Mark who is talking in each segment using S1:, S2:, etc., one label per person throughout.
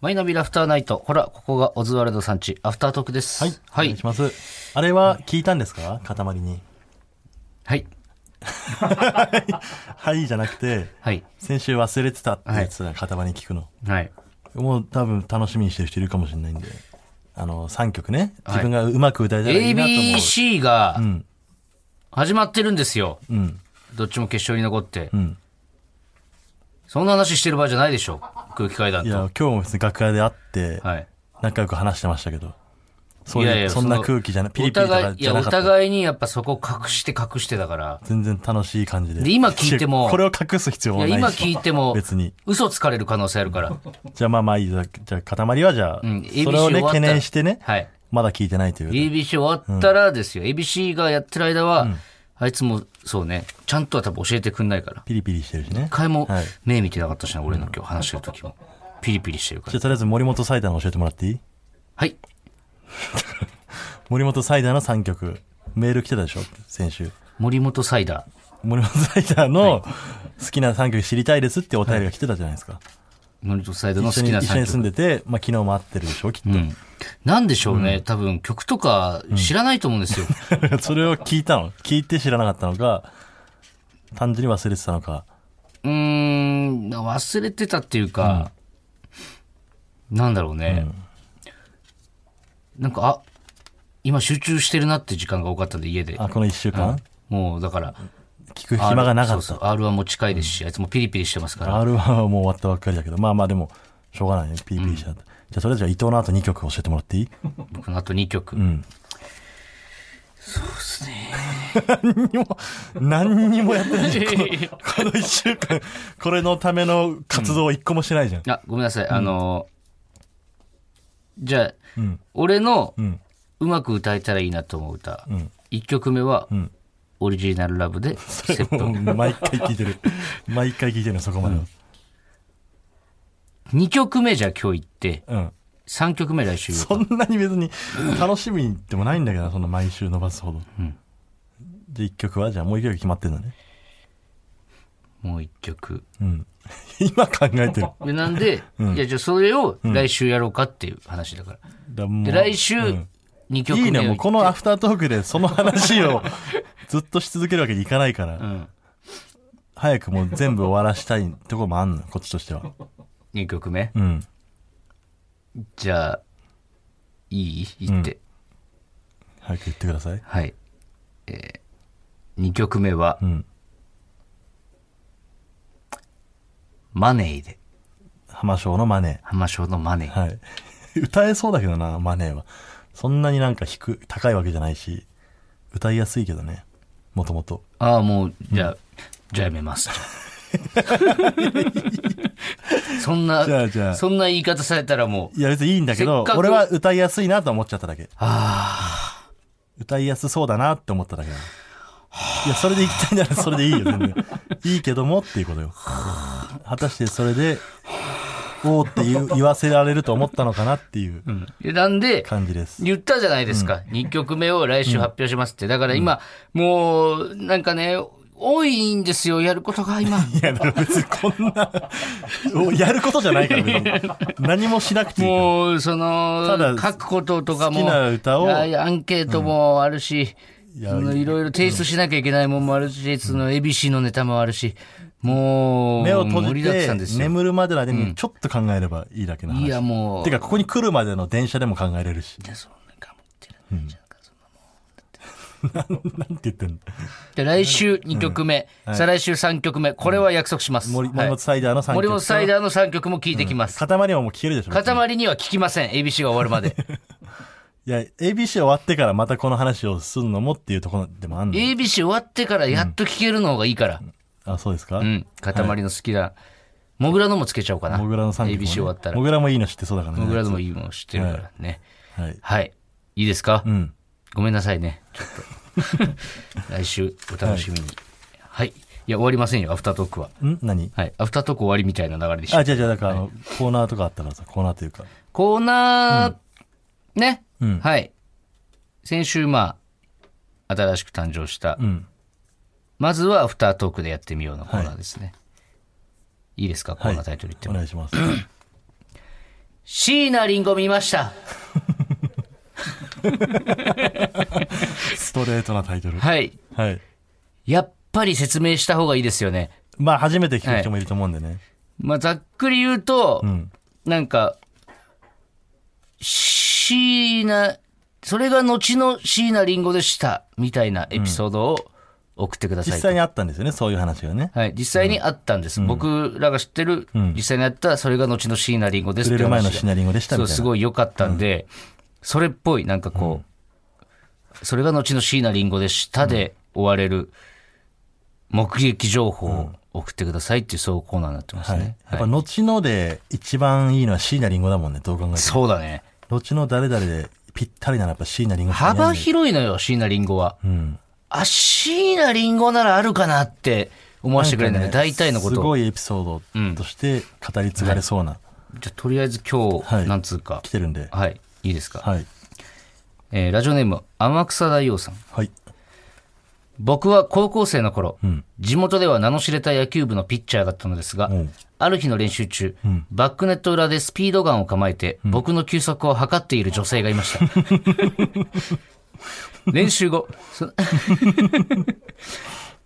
S1: マイナビラフターナイト。ほら、ここがオズワルドさんち、アフタートークです。
S2: はい。
S1: は
S2: お願
S1: い
S2: いし。ます。あれは聞いたんですか塊に。
S1: はい。
S2: はいじゃなくて、
S1: はい。
S2: 先週忘れてたってやつが塊に聞くの。
S1: はい。
S2: もう多分楽しみにしてる人いるかもしれないんで。あの、3曲ね。
S1: い
S2: 自分がうまく歌えたらいいなと思う。
S1: ABC が
S2: ん、
S1: 始まってるんですよ。
S2: うん。
S1: どっちも決勝に残って。
S2: ん
S1: そんな話してる場合じゃないでしょ。空気階段
S2: いや
S1: と。、
S2: 今日も別に楽屋で会って、
S1: はい。
S2: 仲良く話してましたけど。そう
S1: い
S2: いう、
S1: やいや
S2: そんな空気じゃない。ピリピリと
S1: お互
S2: か
S1: い、い
S2: じゃ
S1: や、
S2: な
S1: お
S2: かった。
S1: 互いにやっぱそこ隠して隠してだから。
S2: 全然楽しい感じで。
S1: で今聞いても
S2: これを隠す必要
S1: い
S2: はな
S1: や、
S2: いし
S1: 今聞いても、
S2: 別に。
S1: 嘘つかれる可能性ある から。
S2: じゃあまあまあいいじゃあじゃあ、塊はじゃあ、
S1: うん
S2: それ
S1: ABC 終
S2: を
S1: わ
S2: ね、
S1: った
S2: 懸念してね、
S1: はい。
S2: まだ聞いてないという。
S1: ABC 終わったらですよ、ABC がやってる間は、あいつもそうね、ちゃんとは多分教えてくんないから。
S2: ピリピリしてるしね。
S1: 一回も
S2: はい
S1: 目見てなかったしな、俺の今日話してる時も。ピリピリしてるか
S2: じ
S1: ら。
S2: ゃあとりあえず森本サイダーの教えてもらっていい
S1: はい。
S2: 森本サイダーの3曲。メール来てたでしょ先週。
S1: 森本サイダー。
S2: 森本サイダーの好きな3曲知りたいですってお便りが来てたじゃないですか。
S1: 森本サイダーの好
S2: 一緒
S1: き
S2: に
S1: な
S2: 一緒
S1: 3
S2: に住ん
S1: 曲。
S2: でて、まあ昨日も会ってるでしょきっと。
S1: うん。なんでしょうね、多分曲とか知らないと思うんですよ。
S2: それを聞いたの聞いて知らなかったのか、単純に忘れてたのか。
S1: うーん、忘れてたっていうか、なんだろうね。なんか、あ、今集中してるなって時間が多かったんで、家で。
S2: あ、この1週間、
S1: もうだから、
S2: 聞く暇がなかった。
S1: そうそう R1 も近いですし、あいつもピリピリしてますから。
S2: R1 はもう終わったばっかりだけど、まあまあでも、しょうがないね。PP しちゃった。じゃあ、とりあえずじゃあ伊藤の後2曲教えてもらっていい
S1: 僕のあと2曲。
S2: ん何にも、何にもやってないじゃん。この1週間、これのための活動を1個もしてないじゃん。
S1: あ、ごめんなさい。あの、じゃあ、
S2: ん
S1: 俺の
S2: ん
S1: うまく歌えたらいいなと思う歌。
S2: ん
S1: 1曲目は、
S2: ん
S1: オリジナルラブ で、セッ
S2: も
S1: ト
S2: う。毎回聞いてる。毎回聞いてるの、そこまでは。
S1: 2曲目じゃあ今日行って、
S2: うん。
S1: 3曲目来週言おう
S2: そんなに別に楽しみでもないんだけどな、その毎週伸ばすほど。じゃあ1曲はじゃあもう1曲決まってんだね。
S1: もう1曲。
S2: うん。今考えてる。
S1: でなんで、いや、じゃあそれを来週やろうかっていう話だから。
S2: だもう
S1: で、来週
S2: うん
S1: 2曲目を行
S2: いい
S1: って
S2: ね、もうこのアフタートークでその話をずっとし続けるわけにいかないから、
S1: ん
S2: 早くもう全部終わらしたいとこもあんの、こっちとしては。
S1: 2曲目。
S2: うん。
S1: じゃあ、いい言って。
S2: 早く言ってください。
S1: はい。えー、2曲目は、
S2: うん。
S1: マネーで。
S2: 浜章のマネ
S1: 浜章のマネ
S2: ー。
S1: ー。
S2: はい。 歌えそうだけどな、マネーは。そんなになんか低く、高いわけじゃないし、歌いやすいけどね。もともと。
S1: ああ、もう、じゃあ、じゃあやめます。 そんな
S2: じゃあじゃあ
S1: そんな言い方されたらもう、
S2: いや、別にいいんだけ
S1: せっ
S2: ど
S1: か、く
S2: 俺は歌いやすいなと思っちゃっただけ。歌いやすそうだなって思っただけなのいや、それで行きたいならそれでいいよ、全然。いいけどもっていうことよ。果たしてそれで、おーって言う言わせられると思ったのかなっていう
S1: うんでなんで、
S2: 感じです。
S1: 言ったじゃないですか。2曲目を来週発表しますって。だから今、もう、なんかね、多いんですよ、やることが今。
S2: いや、だから別にこんな、おやることじゃないから、別に。何もしなくていいから。
S1: もう、そ
S2: た
S1: の、
S2: だ
S1: 書くこととかも、
S2: 好きな歌を
S1: あアンケートもあるし、
S2: いや
S1: そのいろいろ提出しなきゃいけないもんもあるし、その、ABC のネタもあるし、もう、
S2: 目を閉
S1: 盛
S2: じ
S1: りだくさんで
S2: て
S1: すよ。
S2: 眠るまでの間にちょっと考えればいいだけの話。
S1: いや、もう、
S2: てか、ここに来るまでの電車でも考えれるし。
S1: いやそんな頑張ってるんじゃないかそんな
S2: なんて言ってんの
S1: で来週2曲目、再来週3曲目、これは約束します。
S2: 森
S1: はい
S2: 森本サイダーの3曲と、
S1: 森本サイダーの3曲も聞いてきます。
S2: 塊はもう聞けるでしょ別に
S1: 塊には聞きません。ABC が終わるま で。
S2: いや、ABC 終わってからまたこの話をすんのもっていうところでもあんの
S1: ABC 終わってからやっと聞けるのがいいから。
S2: あ、そうですか
S1: うん。塊の好きな。モグラのもつけちゃおうかな。
S2: モグラの3曲も、ね。
S1: ABC 終わったら。
S2: モ
S1: モ
S2: グラもいいの知ってそうだからね。
S1: グラのもいいもの知ってるからね。
S2: はい。
S1: はい。いいですか、
S2: うん。
S1: ごめんなさいね。ちょ っと。来週お楽しみに。はい。いや、終わりませんよ。アフタートークは。
S2: ん何
S1: はい。アフタートーク終わりみたいな流れでした
S2: あ、。じゃあじゃあ、だからあの、コーナーとかあったからさ、コーナーというか。
S1: コーナー、ね、
S2: ん
S1: はい。先週、まあ、新しく誕生した、
S2: ん
S1: まずはアフタートークでやってみようのコーナ ーですね。い、いですか、コーナータイトル言って
S2: お
S1: も。
S2: 願いします。
S1: 椎名林檎見ました。
S2: ストレートなタイトル。
S1: はい。
S2: はい。
S1: やっぱり説明した方がいいですよね。
S2: まあ、初めて聞く人もいると思うんでね。
S1: まあ、ざっくり言うと、
S2: ん
S1: なんか、椎名、それが後の椎名林檎でした、みたいなエピソードを送ってくださ
S2: 実
S1: いと。
S2: 際にあったんですよね、そういう話がね。
S1: はい、実際にあったんです。僕らが知ってる、実際にあった、それが後の椎名林檎です
S2: 売れる
S1: 話
S2: 前の
S1: が
S2: シナリオでした
S1: そ
S2: み
S1: う、
S2: たい
S1: す
S2: な。
S1: ごい良かったんで、それっぽい、なんかこう、それが後の椎名林檎でしたで追われる目撃情報を送ってくださいっていうそういうコーナーになってます
S2: はい。
S1: ね。
S2: やっぱ、後ので一番いいのは椎名林檎だもんね、どう考えても。
S1: そうだね。
S2: 後の誰々でぴったりならやっぱ椎名林檎かな
S1: 幅広いのよ、椎名林檎は。
S2: うん。
S1: あ、椎名林檎ならあるかなって思わせてくれるんだね。
S2: なんか
S1: 大体のこ
S2: す
S1: とを。
S2: ごいエピソードとして語り継がれそうな、
S1: じゃあとりあえず今日、
S2: はい
S1: なんつうか
S2: 来。てるんで。
S1: はい。いいですか。
S2: はい。
S1: えーラジオネーム、天草大王さん。
S2: はい。
S1: 僕は高校生の頃、
S2: ん
S1: 地元では名の知れた野球部のピッチャーだったのですが、
S2: うん
S1: ある日の練習中、バックネット裏でスピードガンを構えて、僕の球速を測っている女性がいま した。練習後、 そ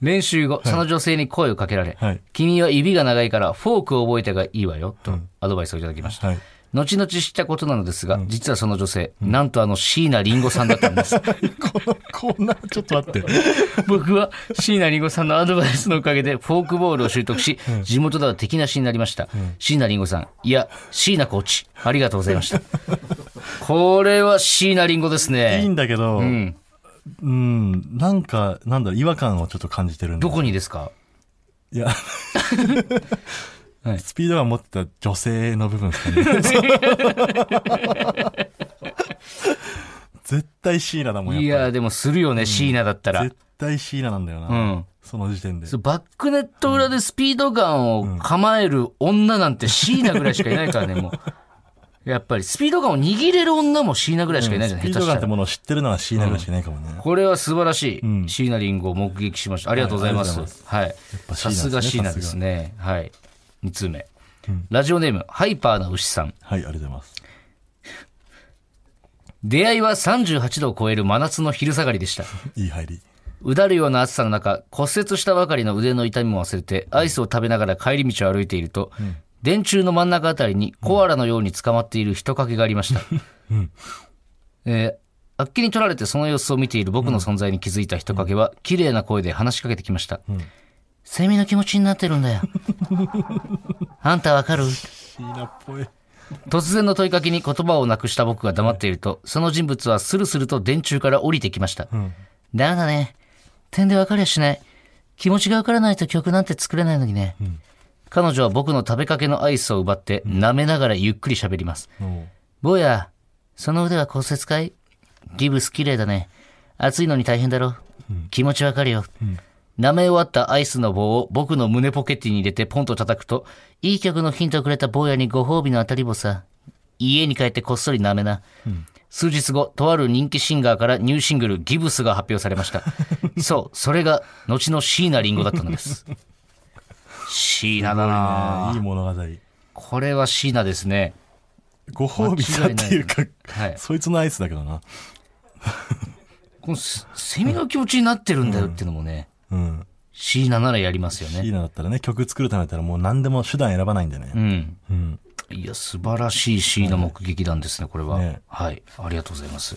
S1: 練習後、その女性に声をかけられ、
S2: はい
S1: 君は指が長いからフォークを覚えたがいいわよ、とアドバイスをいただきました。
S2: はい。
S1: 後々知ったことなのですが、実はその女性、なんとあの椎名林檎さんだったんです。
S2: このコーナー、ちょっと待って。
S1: 僕は椎名林檎さんのアドバイスのおかげでフォークボールを習得し、地元では敵なしになりました。椎名林檎さん、いや、椎名コーチ、ありがとうございま した。これは椎名林檎です
S2: いい
S1: ね。
S2: んだけど、う、
S1: うんん。
S2: なんか、なんだろう、違和感をちょっと感じてるんで
S1: ど。こにですか
S2: い や、
S1: はい
S2: スピードガン持ってた女性の部分です かね。絶対椎名だもん、
S1: い
S2: やっぱ
S1: や、でもするよね、椎名だった
S2: り。
S1: ら
S2: 絶。対椎名なんだよな。
S1: うん
S2: その時点で。
S1: そうバックネット裏でスピードガンを構える女なんて椎名ぐらいしかいないからね、もう。やっぱり、スピードガンを握れる女も椎名ぐらいしかいないじゃ
S2: ス
S1: ない、
S2: ピ
S1: 下
S2: ー
S1: 手
S2: ド
S1: し
S2: ガン
S1: た
S2: って
S1: ら。
S2: ものを知ってるのは椎名ぐらいしかいないかもね。
S1: これは素晴らし
S2: ん
S1: い。椎名林檎を目撃しました。ありがとうございま
S2: はいあ
S1: す
S2: りがと。
S1: はい
S2: ぱ。椎
S1: さす
S2: 名ですね
S1: が椎名ですね。はい。2通目。ラジオネーム、ハイパーな牛さん。
S2: はい、ありがとうございます。
S1: 出会いは38度を超える真夏の昼下がりでした。
S2: いい入り。
S1: うだるような暑さの中、骨折したばかりの腕の痛みも忘れて、アイスを食べながら帰り道を歩いていると、電柱の真ん中あたりにコアラのように捕まっている人影がありました。えーあっけに取られてその様子を見ている僕の存在に気づいた人影は、綺麗な声で話しかけてきました。セミの気持ちになってるんだよ。あんたわかる
S2: 椎名っぽい。
S1: 突然の問いかけに言葉をなくした僕が黙っていると、その人物はスルスルと電柱から降りてきました。だだね。点で分かりゃしない。気持ちが分からないと曲なんて作れないのにね。彼女は僕の食べかけのアイスを奪って、舐めながらゆっくり喋ります。
S2: うん
S1: 坊や、その腕は骨折かいギブス綺麗だね。暑いのに大変だろ。気持ちわかるよ。舐め終わったアイスの棒を僕の胸ポケットに入れてポンと叩くと、いい曲のヒントをくれた坊やにご褒美の当たり棒さ。家に帰ってこっそり舐めな。数日後、とある人気シンガーからニューシングル、ギブスが発表されました。そう、それが、後の椎名林檎だったのです。椎名だな、
S2: いい物語。
S1: これは椎名ですね。
S2: ご褒美だっていうか、
S1: はい。
S2: そいつのアイスだけどな。
S1: このセセミの気持ちになってるんだよっていうのもね、
S2: うん。
S1: C7 ならやりますよ
S2: 椎
S1: ね。
S2: 名だったらね、曲作るためだったらもう何でも手段選ばないんでね。
S1: うん。
S2: うん。
S1: いや、素晴らしい C の目撃談ですね、これは。
S2: ね
S1: はい。ありがとうございます。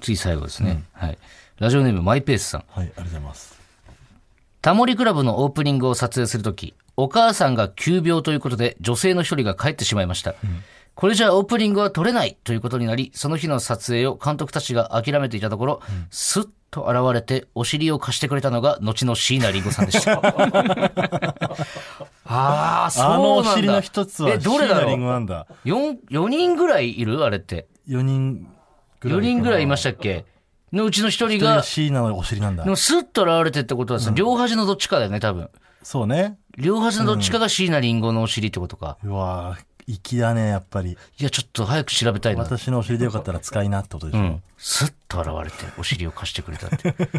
S1: 次最後ですね。はい。ラジオネームマイペースさん。
S2: はい、ありがとうございます。
S1: タモリクラブのオープニングを撮影するとき、お母さんが急病ということで女性の一人が帰ってしまいました。これじゃオープニングは撮れないということになり、その日の撮影を監督たちが諦めていたところ、スッと現れてお尻を貸してくれたのが後の椎名林檎さんでした。 ああ、そうなんだ。
S2: あのお尻の一つは
S1: え、
S2: 椎
S1: ど
S2: 名
S1: れだ
S2: 林
S1: ろ
S2: 檎
S1: う
S2: なんだ。
S1: 4, ?4 人ぐらいいるあれって。
S2: 4人ぐらい。
S1: 4人ぐらいいま
S2: し
S1: したっけのうちの一人
S2: たが。
S1: が、
S2: 椎名のお尻なんだ
S1: で。もスッと現れてってことはさ、両端のどっちかだよね、多分。
S2: そうね。
S1: 両端のどっちかが椎名林檎のお尻ってことか。
S2: うわぁ、粋だね、やっぱり。
S1: いや、ちょっと早く調べたいな。
S2: 私のお尻でよかったら使いなってことでし
S1: う
S2: ょ。
S1: ん。スッと現れて、お尻を貸してくれたって。だ か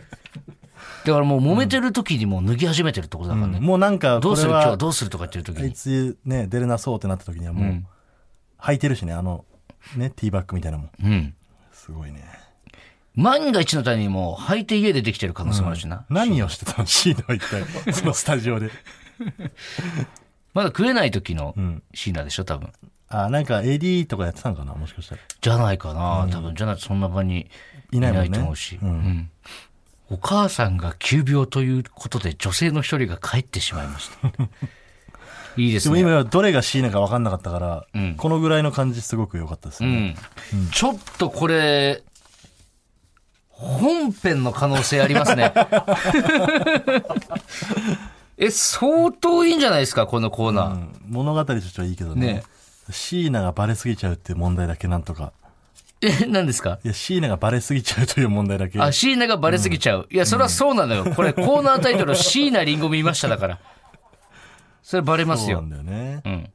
S1: らもう揉めてる時にもう脱ぎ始めてるってことだからね。
S2: もうなんか、
S1: ど
S2: こ
S1: うす
S2: れ
S1: る今日は
S2: は、
S1: どうするとか言ってる時
S2: あい
S1: に。
S2: つね、出れなそうってなった時にはもう、履いてるしね、あの、ね、ティーバッグみたいなのも
S1: うん。
S2: すごいね。
S1: 万が一のためにも、履いて家でできてる可能性もあるしな。
S2: 何をしてたのシーナは一体、そのスタジオ で。
S1: まだ食えない時の
S2: ん
S1: シーナでしょ、多分。
S2: あ、なんか AD とかやってたのかなもしかしたら。
S1: じゃないかな、多分。じゃないとそんな場にい
S2: いな
S1: ない
S2: もんね
S1: いと思うし。
S2: うん
S1: うんお母さんが急病ということで女性の一人が帰ってしまいました。 いいで
S2: ですも
S1: ね。
S2: 今はどれがシーナか分かんなかったから、
S1: うん
S2: このぐらいの感じすごく良かったです
S1: う
S2: ね。
S1: ん。ちょっとこれ、本編の可能性ありますね。 え、相当いいんじゃないですか、このコーナー。
S2: うん物語としてはいいけどね
S1: ね
S2: シーナがバレすぎちゃうっていう問題だけなんとか。
S1: え、何ですか
S2: いや、シーナがバレすぎちゃうという問題だけ。
S1: あ、椎名がバレすぎちゃう。いや、それはそうなのよ。これ、コーナータイトル、椎名林檎見ましただから。それバレます
S2: そうな
S1: よ。
S2: んだよね
S1: う。ん。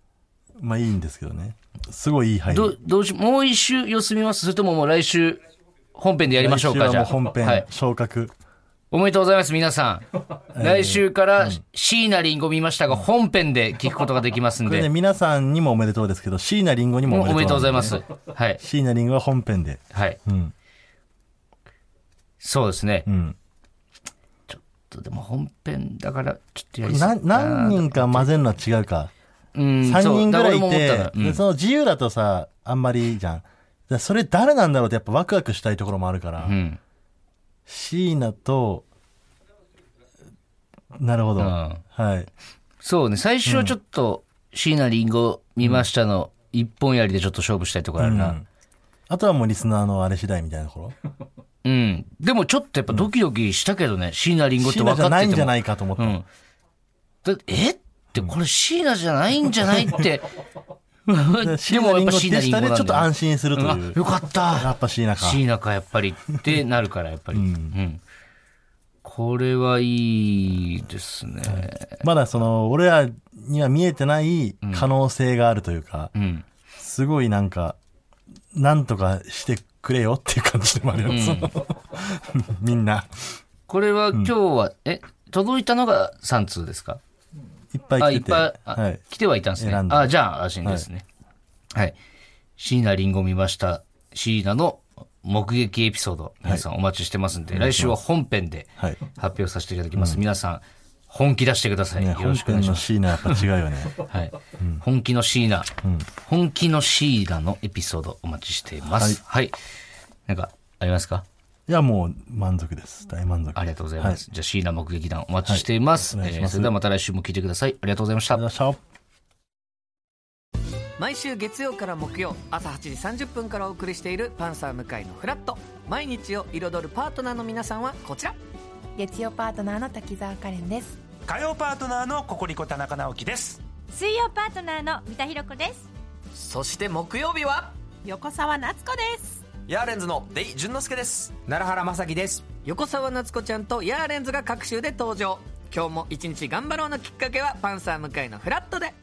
S2: まあいいんですけどね。すごいいい配
S1: ど
S2: 慮。
S1: う、どうし、もう一周様子見ますそれとももう来週、本編でやりましょうか、
S2: 来週
S1: じゃ
S2: はも
S1: あ。
S2: う本
S1: は
S2: 編
S1: い、。
S2: 昇格。
S1: おめでとうございます、皆さ ん。来週から、椎名林檎見ましたが、本編で聞くことができますん
S2: これね、
S1: で。
S2: 皆さんにもおめでとうですけど、椎名林檎にも
S1: もうおめ
S2: おめ
S1: でと
S2: でと
S1: う
S2: う
S1: ご
S2: な
S1: ざい
S2: んでね、
S1: ます。はい。
S2: 椎名林檎は本編で。
S1: はい。
S2: うん。
S1: そうですね
S2: う。ん。
S1: でも本編だから、ちょっとやりす
S2: な
S1: ぎ
S2: 何人か混ぜるのは違うか。
S1: うん、
S2: 3人ぐらい
S1: そうだから俺
S2: い
S1: も思
S2: て
S1: っ、たのよ
S2: でその自由だとさ、あんまりいいじゃん。だからそれ誰なんだろうってやっぱワクワクしたいところもあるから
S1: うん。う、ん。
S2: 椎名と、なるほど。
S1: うん
S2: はい。
S1: そうね、最初はちょっと、椎名林檎見ましたの、一本槍でちょっと勝負したいところある
S2: う
S1: な。
S2: んあとはもうリスナーのあれ次第みたいなところ。
S1: うん。でもちょっとやっぱドキドキしたけどね、椎名林檎って
S2: 椎
S1: 分かっ
S2: 名
S1: てて
S2: じ
S1: も。。
S2: ゃないんじゃないいかと思っ
S1: う
S2: た。
S1: ん。だえって、これ椎名じゃないんじゃない って。でもやっぱ
S2: 椎
S1: 椎名
S2: 名
S1: 林
S2: 林檎でし
S1: 檎なんだ
S2: たで
S1: よ、ね。
S2: ちょっと安心すると
S1: あ
S2: いう。
S1: よかった。
S2: やっぱ椎名か。
S1: 椎名かやっぱりってなるからやっぱり、うんこれはいいですね、
S2: まだその、俺らには見えてない可能性があるというか、
S1: うん
S2: すごいなんか、なんとかしてくれよっていう感じでもあるよ。その みんな、
S1: これは今日は、え届いたのが3通ですか
S2: いっぱい
S1: あ
S2: 来
S1: い
S2: て。
S1: ってぱい、あ
S2: はい。
S1: 来てはいたんですね
S2: 選んで
S1: あじゃあ安心ですねはい椎名林檎見ました椎名の目撃エピソード皆さんお待ちしてますんで、来週は本編で
S2: はい
S1: 発表させていただきます、皆さん本気出してください、
S2: ね、
S1: よろ
S2: 本
S1: しくお願い
S2: 編
S1: します
S2: のシーナやっぱ違うよね。
S1: はい。本気のシーナ、本気のシーナのエピソードお待ちしています。はい。なんか、ありますか
S2: いや、もう満足です。大満足。
S1: ありがとうございます。じゃあ、シーナ目撃談お待ちしています。
S2: はいお願いし
S1: えー
S2: ます
S1: それではまた来週も聞いてください。ありがとうございました
S2: あり。がとうございました。
S3: 毎週月曜から木曜朝8時30分からお送りしている「パンサー向井のフラット」毎日を彩るパートナーの皆さんはこちら
S4: 月曜パートナーの滝沢カレンです
S5: 火曜パートナーのココリコ田中直樹です
S6: 水曜パートナーの三田寛子です
S3: そして木曜日は
S4: 横澤夏子です
S5: ヤーレンズのデイ純之介です奈良原雅樹です
S3: 横澤夏子ちゃんとヤーレンズが各週で登場今日も一日頑張ろうのきっかけは「パンサー向井のフラットで」